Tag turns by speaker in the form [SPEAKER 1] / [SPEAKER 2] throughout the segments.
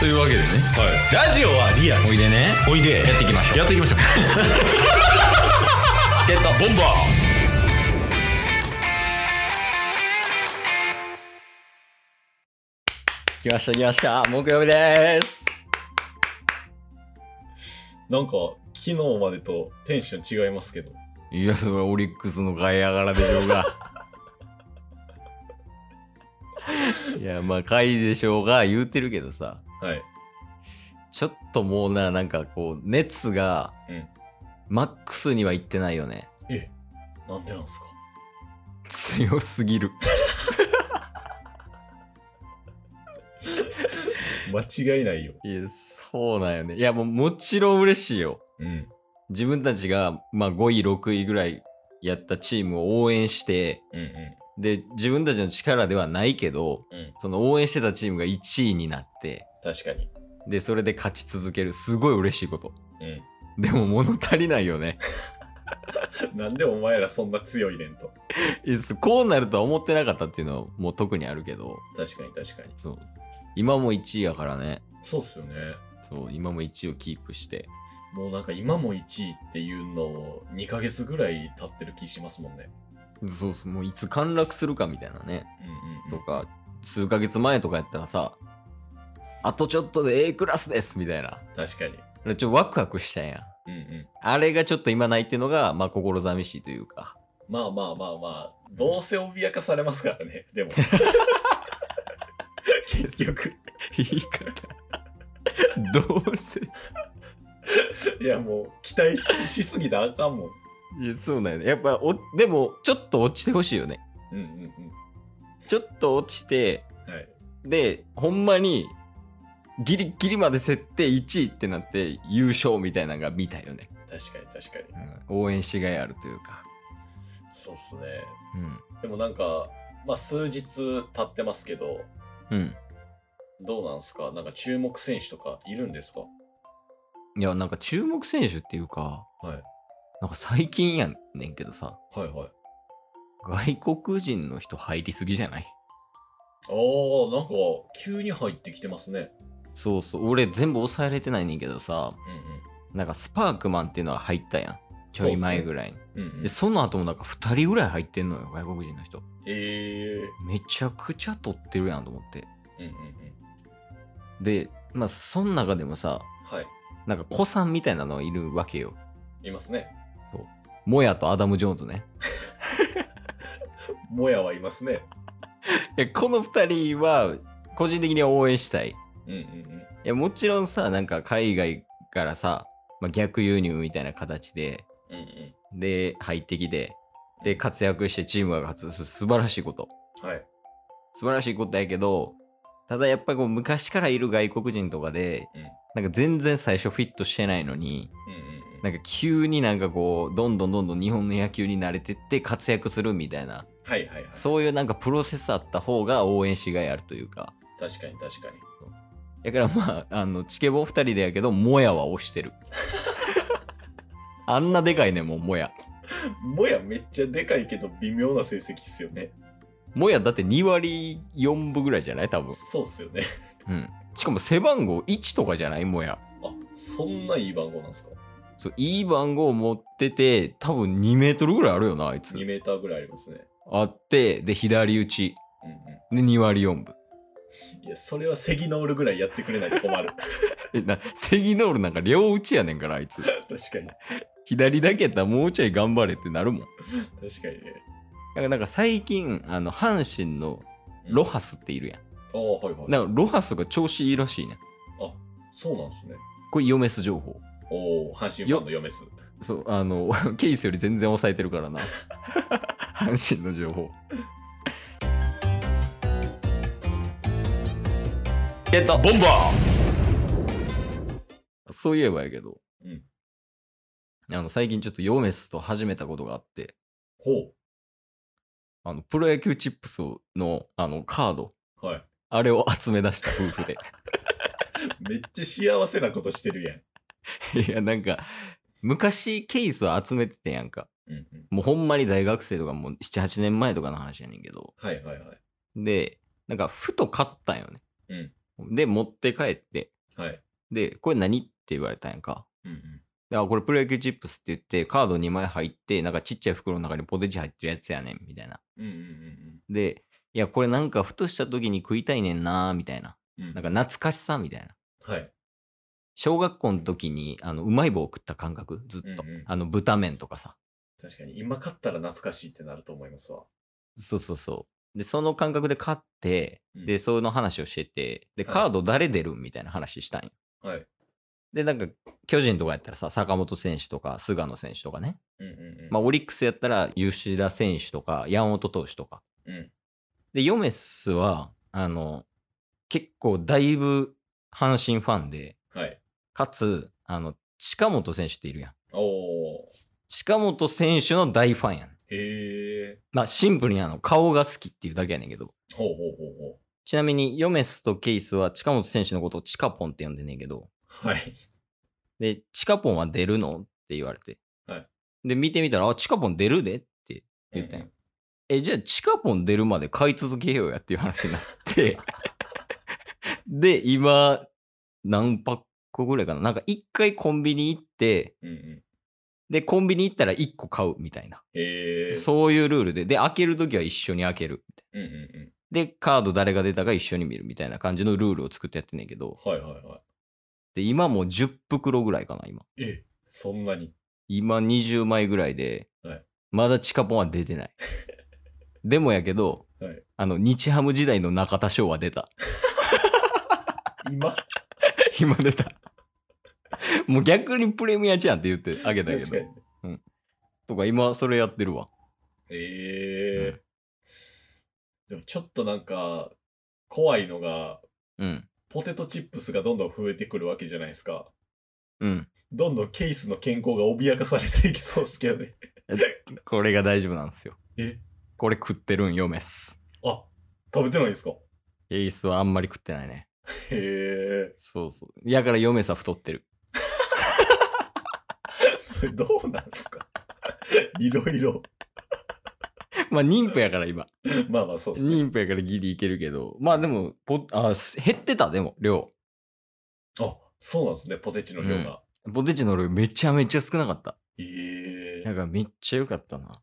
[SPEAKER 1] というわけでね、ラジオはリアおいでね
[SPEAKER 2] おいで
[SPEAKER 1] やっていきましょう
[SPEAKER 2] やっていきましょう
[SPEAKER 1] ゲットボンバー来ました来ました木曜日です
[SPEAKER 3] なんか、昨日までとテンション違いますけど。
[SPEAKER 2] いやそれはオリックスの外野からでしょう がいやまあいでしょうが言うてるけどさ
[SPEAKER 3] はい。
[SPEAKER 2] ちょっともうななんかこう熱が
[SPEAKER 3] うん
[SPEAKER 2] マックスにはいってないよね
[SPEAKER 3] え、なんでなんすか
[SPEAKER 2] 強すぎる
[SPEAKER 3] 間違いないよ。
[SPEAKER 2] いやそうなんよねいやもうもちろん嬉しいよ
[SPEAKER 3] うん。
[SPEAKER 2] 自分たちが、まあ、5位6位ぐらいやったチームを応援して
[SPEAKER 3] うん
[SPEAKER 2] で自分たちの力ではないけど
[SPEAKER 3] うん。うん。
[SPEAKER 2] その応援してたチームが1位になって
[SPEAKER 3] 確かに。
[SPEAKER 2] でそれで勝ち続けるすごい嬉しいこと
[SPEAKER 3] う
[SPEAKER 2] でも物足りないよね
[SPEAKER 3] ん。 なんでお前らそんな強いねんと。
[SPEAKER 2] いやそうこうなるとは思ってなかったっていうのはもう特にあるけど
[SPEAKER 3] 確かに確かに。
[SPEAKER 2] そう今も1位やからね
[SPEAKER 3] そうっすよね。
[SPEAKER 2] そう今も1位をキープして
[SPEAKER 3] もうなんか今も1位っていうのを2ヶ月ぐらい経ってる気しますもんね。
[SPEAKER 2] そうそうもういつ陥落するかみたいなね
[SPEAKER 3] うんう
[SPEAKER 2] と
[SPEAKER 3] んうん。
[SPEAKER 2] か数ヶ月前とかやったらさあとちょっとで A クラスですみたいな
[SPEAKER 3] 確かに。
[SPEAKER 2] ちょっとワクワクしたやん
[SPEAKER 3] うんうん。
[SPEAKER 2] あれがちょっと今ないっていうのがまあ心寂しいというか
[SPEAKER 3] まあまあまあまあ、どうせ脅かされますからね。でも。結局。
[SPEAKER 2] 言い方どうせ
[SPEAKER 3] いやもう、期待ししすぎたらあかんもん。
[SPEAKER 2] いやそうなんやねやっぱおでもちょっと落ちてほしいよね
[SPEAKER 3] うんうんうん。
[SPEAKER 2] ちょっと落ちて
[SPEAKER 3] はい。
[SPEAKER 2] でほんまにギリギリまで設定1位ってなって優勝みたいなのが見たよね、
[SPEAKER 3] 確かに確かに。
[SPEAKER 2] 応援しがいあるというか
[SPEAKER 3] そうっすね。
[SPEAKER 2] うん
[SPEAKER 3] でもなんか、まあ数日経ってますけど、
[SPEAKER 2] うん
[SPEAKER 3] どうなんすかなんか注目選手とかいるんですか
[SPEAKER 2] いやなんか注目選手っていうか
[SPEAKER 3] はい。
[SPEAKER 2] なんか最近やねんけどさ
[SPEAKER 3] はいはい。
[SPEAKER 2] 外国人の人入りすぎじゃない
[SPEAKER 3] ああ、なんか、急に入ってきてますね。
[SPEAKER 2] そうそう俺全部抑えれてないねんけどさ
[SPEAKER 3] うんうん。
[SPEAKER 2] なんかスパークマンっていうのが入ったやんちょい前ぐらいに
[SPEAKER 3] うんうん
[SPEAKER 2] で、その後もなんか2人ぐらい入ってんのよ外国人の人
[SPEAKER 3] ええ
[SPEAKER 2] めちゃくちゃ取ってるやんと思って
[SPEAKER 3] うんうんうん。
[SPEAKER 2] でまあその中でもさ
[SPEAKER 3] はい。
[SPEAKER 2] なんか子さんみたいなのがいるわけよ
[SPEAKER 3] いますね。
[SPEAKER 2] モヤとアダム・ジョーンズね
[SPEAKER 3] もやはいますね。
[SPEAKER 2] いやこの2人は個人的には応援したいい
[SPEAKER 3] うんうん
[SPEAKER 2] やもちろんさなんか海外からさ、まあ、逆輸入みたいな形で
[SPEAKER 3] うん。うんうん。
[SPEAKER 2] で入ってきてで活躍してチームが勝つす素晴らしいこと
[SPEAKER 3] はい。
[SPEAKER 2] 素晴らしいことやけどただやっぱりこう昔からいる外国人とかで、
[SPEAKER 3] うん
[SPEAKER 2] なんか全然最初フィットしてないのに
[SPEAKER 3] うんうんうん。
[SPEAKER 2] なんか急になんかこうどんどんどんどん日本の野球に慣れてって活躍するみたいな
[SPEAKER 3] はいはいはい。
[SPEAKER 2] そういうなんかプロセスあった方が応援しがいあるというか
[SPEAKER 3] 確かに確かに。
[SPEAKER 2] だからまああのチケボン2人でやけどモヤは押して るあんなでかいねもうモヤ
[SPEAKER 3] もやめっちゃでかいけど微妙な成績っすよね。
[SPEAKER 2] モヤだって2割4分ぐらいじゃない多分
[SPEAKER 3] そうっすよね。
[SPEAKER 2] うんしかも背番号1とかじゃないモヤ
[SPEAKER 3] あ、そんないい番号なんすか
[SPEAKER 2] そういい番号を持ってて多分2メートルぐらいあるよなあいつ
[SPEAKER 3] ?2 メーターぐらいありますね。
[SPEAKER 2] あってで左打ち
[SPEAKER 3] うんう
[SPEAKER 2] で2割4分
[SPEAKER 3] ん。いや、それはセギノールぐらいやってくれないと 困る。
[SPEAKER 2] えなセギノールなんか両打ちやねんからあいつ
[SPEAKER 3] 確かに。
[SPEAKER 2] 左だけやったらもうちょい頑張れってなるもんだか
[SPEAKER 3] 確かにね。
[SPEAKER 2] らなんか最近あの阪神のロハスっているやん
[SPEAKER 3] ああ、はいはい。
[SPEAKER 2] なんかロハスが調子いいらしいねん
[SPEAKER 3] そうなんですね。
[SPEAKER 2] これヨメス情報
[SPEAKER 3] おお、阪神ファンの嫁す。
[SPEAKER 2] そうあの ケイスより全然抑えてるから な阪神の情報ゲット
[SPEAKER 1] ボンバ
[SPEAKER 2] そういえばやけど、
[SPEAKER 3] うん
[SPEAKER 2] あの最近ちょっとヨメスと始めたことがあって
[SPEAKER 3] ほ
[SPEAKER 2] あのプロ野球チップスのあのカード
[SPEAKER 3] う。はい。
[SPEAKER 2] あれを 集め出した夫婦で
[SPEAKER 3] めっちゃ幸せなことしてるや
[SPEAKER 2] い
[SPEAKER 3] ん。
[SPEAKER 2] やなんか昔ケースは集めててんやんか
[SPEAKER 3] うんうん。
[SPEAKER 2] もうほんまに大学生とかもう78年前とかの話やねんけど
[SPEAKER 3] はいはいはい。
[SPEAKER 2] でなんかふと買ったんよね、
[SPEAKER 3] うん
[SPEAKER 2] で、持って帰って、
[SPEAKER 3] はい。
[SPEAKER 2] で、これ何って言われたんやんか。
[SPEAKER 3] うんうん。
[SPEAKER 2] であ、これプロ野球チップスって言って、カード2枚入って、なんかちっちゃい袋の中にポテチ入ってるやつやねん、みたいな。
[SPEAKER 3] うんうん
[SPEAKER 2] で、いや、これなんかふとした時に食いたいねんなーみたいな。
[SPEAKER 3] うんうん。
[SPEAKER 2] なんか懐かしさみたいな。
[SPEAKER 3] か、はい。
[SPEAKER 2] 小学校の時に、あの、うまい棒を食った感覚、ずっと。
[SPEAKER 3] うんうん
[SPEAKER 2] あの、豚麺とかさ。
[SPEAKER 3] 確かに、今買ったら懐かしいってなると思いますわ。
[SPEAKER 2] そうそうそう。で、その感覚で買って、
[SPEAKER 3] うん
[SPEAKER 2] で、その話をしてて、で、
[SPEAKER 3] はい
[SPEAKER 2] カード誰出るんみたいな話したんよ。
[SPEAKER 3] はい。
[SPEAKER 2] で、なんか、巨人とかやったらさ、坂本選手とか、菅野選手とかね。
[SPEAKER 3] うんうんうん。
[SPEAKER 2] まあ、オリックスやったら、吉田選手とか、山本投手とか。
[SPEAKER 3] うん。
[SPEAKER 2] で、ヨメスは、あの、結構だいぶ阪神ファンで、
[SPEAKER 3] はい。
[SPEAKER 2] かつ、あの、近本選手っているやん。
[SPEAKER 3] おー。
[SPEAKER 2] 近本選手の大ファンやん。
[SPEAKER 3] へえ。
[SPEAKER 2] まあ、シンプルにあの、顔が好きっていうだけやねんけど。
[SPEAKER 3] ほうほうほう
[SPEAKER 2] ちなみに、ヨメスとケイスは近本選手のことをチカポンって呼んでんねんけど、
[SPEAKER 3] ほう。はい。
[SPEAKER 2] で、チカポンは出るのって言われて。
[SPEAKER 3] はい
[SPEAKER 2] で、見てみたら、あ、チカポン出るでって言ったんや。
[SPEAKER 3] うん
[SPEAKER 2] え、じゃあ、チカポン出るまで買い続けようやっていう話にな って。で、今、何パックぐらいかな。なんか、一回コンビニ行って、
[SPEAKER 3] うんうん。
[SPEAKER 2] で、コンビニ行ったら一個買うみたいな。
[SPEAKER 3] へえ。
[SPEAKER 2] そういうルールで。で、開けるときは一緒に開ける。
[SPEAKER 3] うんうんうん。
[SPEAKER 2] で、カード誰が出たか一緒に見るみたいな感じのルールを作ってやってんねんけど。
[SPEAKER 3] はいはいは
[SPEAKER 2] で、今もう10袋ぐらいかな、今。
[SPEAKER 3] い。え、そんな に。
[SPEAKER 2] 今20枚ぐらいで、
[SPEAKER 3] はい
[SPEAKER 2] まだチカポンは出て ない。でもやけど、
[SPEAKER 3] はい
[SPEAKER 2] あの、日ハム時代の中田翔は出た。
[SPEAKER 3] 今
[SPEAKER 2] 今出た。もう逆にプレミアちゃんって言ってあげたけ
[SPEAKER 3] 確
[SPEAKER 2] ど
[SPEAKER 3] か。に。
[SPEAKER 2] とか今それやってるわ。
[SPEAKER 3] ええでもちょっとなんか、怖いのが、
[SPEAKER 2] うん。
[SPEAKER 3] ポテトチップスがどんどん増えてくるわけじゃないですか。
[SPEAKER 2] うん。
[SPEAKER 3] どんどんケースの健康が脅かされていきそうですけどね。
[SPEAKER 2] これが大丈夫なんですよ。
[SPEAKER 3] え、
[SPEAKER 2] これ食ってるんよ、メス。
[SPEAKER 3] あ、食べてないんですか
[SPEAKER 2] エイスはあんまり食ってないね。
[SPEAKER 3] へえ。
[SPEAKER 2] そうそう。やからヨメスは太ってる。
[SPEAKER 3] それどうなんですか いろいろ。
[SPEAKER 2] まあ妊婦やから今。
[SPEAKER 3] まあまあそうですね。
[SPEAKER 2] 妊婦やからギリいけるけど。まあでも、ポあ減ってた、でも、量。
[SPEAKER 3] あ、そうなんですね、ポテチの量が。
[SPEAKER 2] ポテチの量めちゃめちゃ少なかった。
[SPEAKER 3] ええ
[SPEAKER 2] なんかめっちゃ良かったな。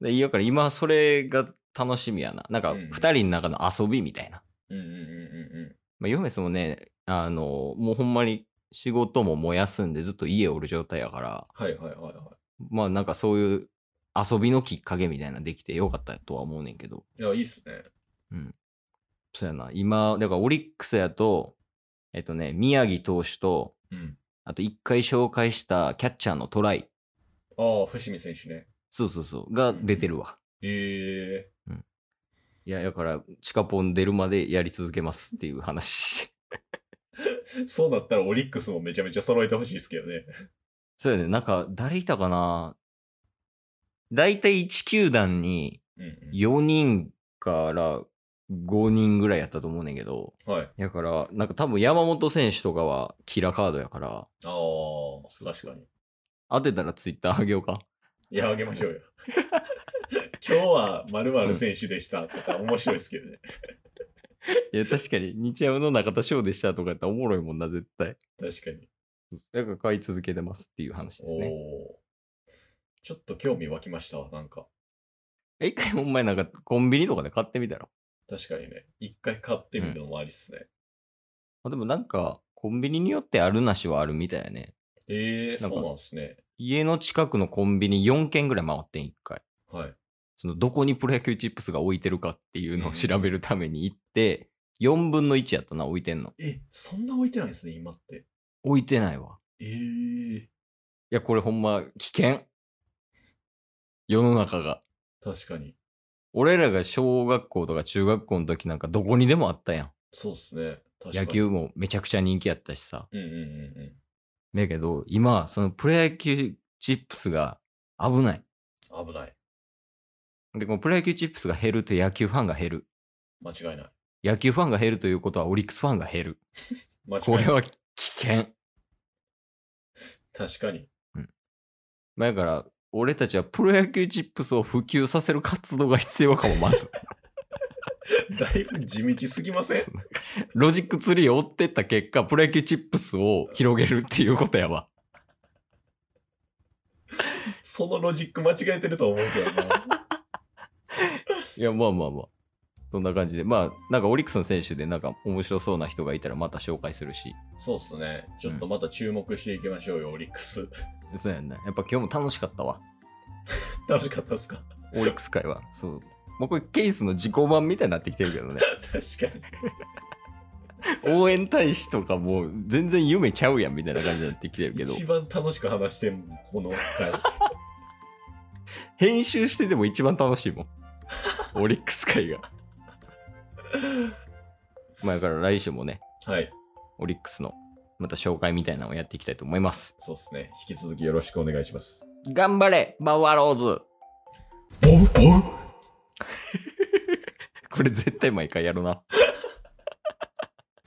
[SPEAKER 2] で、いやから今それが楽しみやな。なんか
[SPEAKER 3] うん
[SPEAKER 2] 二人の中の遊びみたいな。
[SPEAKER 3] うんうんうんうんうん。
[SPEAKER 2] まあ、ヨメスもね、あの、もうほんまに仕事も燃やすんでずっと家おる状態やから、
[SPEAKER 3] はいはいはいは
[SPEAKER 2] まあなんかそういう遊びのきっかけみたいなのできてよかったとは思うねんけど。
[SPEAKER 3] い。いや、いいっすね。
[SPEAKER 2] そうやな。今、だからオリックスやと、えっとね、宮城投手と、
[SPEAKER 3] うん。
[SPEAKER 2] あと一回紹介したキャッチャーのトライ。
[SPEAKER 3] ああ、伏見選手ね。
[SPEAKER 2] そうそうそう。が出てるわ。
[SPEAKER 3] ええ
[SPEAKER 2] いや、だから、チカポン出るまでやり続けますっていう話。
[SPEAKER 3] そうなったらオリックスもめちゃめちゃ揃えてほしいですけどね。
[SPEAKER 2] そうやね。なんか、誰いたかなだいたい1球団に
[SPEAKER 3] うん
[SPEAKER 2] 4人から5人ぐらいやったと思うねんけど。
[SPEAKER 3] うん、はい。
[SPEAKER 2] だから、なんか多分山本選手とかはキラーカードやから、
[SPEAKER 3] ああ、確かに。
[SPEAKER 2] 当てたらツイッターあげようか。
[SPEAKER 3] いや、あげましょう よ。今日は〇〇選手でしたとか面白いですけどね。
[SPEAKER 2] いや、確かに、日山の中田翔でしたとかやったらおもろいもんな、絶対。
[SPEAKER 3] 確かに。
[SPEAKER 2] だから買い続けてますっていう話です
[SPEAKER 3] お
[SPEAKER 2] ね。
[SPEAKER 3] おー。ちょっと興味湧きましたわ、なんか。
[SPEAKER 2] え一回お前なんかコンビニとかで買ってみたら
[SPEAKER 3] 確かにね。一回買ってみるのもありっすね。
[SPEAKER 2] あでもなんか、コンビニによってあるなしはあるみたいやね。
[SPEAKER 3] え
[SPEAKER 2] な
[SPEAKER 3] え
[SPEAKER 2] ん
[SPEAKER 3] そ
[SPEAKER 2] か
[SPEAKER 3] うなんですね。
[SPEAKER 2] 家の近くのコンビニ4軒ぐらい回ってん、1回。
[SPEAKER 3] はい。
[SPEAKER 2] その、どこにプロ野球チップスが置いてるかっていうの
[SPEAKER 3] う
[SPEAKER 2] を
[SPEAKER 3] ん
[SPEAKER 2] 調べるために行って、4分の1やったな、置いてんの。
[SPEAKER 3] え、そんな置いてないんですね、今って。
[SPEAKER 2] 置いてないわ。
[SPEAKER 3] ええ
[SPEAKER 2] いや、これほんま、危険。世の中が。
[SPEAKER 3] 確かに。
[SPEAKER 2] 俺らが小学校とか中学校の時なんかどこにでもあったやん。
[SPEAKER 3] そうっすね。確かに。
[SPEAKER 2] 野球もめちゃくちゃ人気やったしさ。
[SPEAKER 3] うんうんうんうん。
[SPEAKER 2] だけど、今、そのプロ野球チップスが危ない。
[SPEAKER 3] 危ない。
[SPEAKER 2] で、このプロ野球チップスが減ると野球ファンが減る。
[SPEAKER 3] 間違いない。
[SPEAKER 2] 野球ファンが減るということはオリックスファンが減る。
[SPEAKER 3] 間違い
[SPEAKER 2] こ
[SPEAKER 3] な
[SPEAKER 2] れ
[SPEAKER 3] い。
[SPEAKER 2] は危険。
[SPEAKER 3] 確かに。
[SPEAKER 2] まあだから、俺たちはプロ野球チップスを普及させる活動が必要かも、まず。
[SPEAKER 3] だいぶ地道すぎ ません
[SPEAKER 2] ロジックツリーを追ってった結果、プロ野球チップスを広げるっていうことやわ。
[SPEAKER 3] そのロジック間違えてると思うけど な。
[SPEAKER 2] いや、まあまあまあ。そんな感じで。まあ、なんかオリックスの選手で、なんか面白そうな人がいたらまた紹介するし。
[SPEAKER 3] そうっすね。ちょっとまた注目していきましょうよ、オリックス。
[SPEAKER 2] そうやんな。やっぱ今日も楽しかったわ。
[SPEAKER 3] 楽しかったっすか
[SPEAKER 2] オリックス界は。そう。もうこれケースの自己版みたいになってきてるけどね。
[SPEAKER 3] 確かに。
[SPEAKER 2] 応援大使とかもう全然夢ちゃうやんみたいな感じになってきてるけど。
[SPEAKER 3] 一番楽しく話してんこ の回。
[SPEAKER 2] 編集してても一番楽しいもん。 オリックス界が。まあだから来週もね、
[SPEAKER 3] はい。
[SPEAKER 2] オリックスのまた紹介みたいなのをやっていきたいと思います。
[SPEAKER 3] そうっすね。引き続きよろしくお願いします。
[SPEAKER 2] 頑張れバワローズ
[SPEAKER 3] ボウボウ
[SPEAKER 2] これ絶対毎回やるな。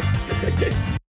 [SPEAKER 1] ます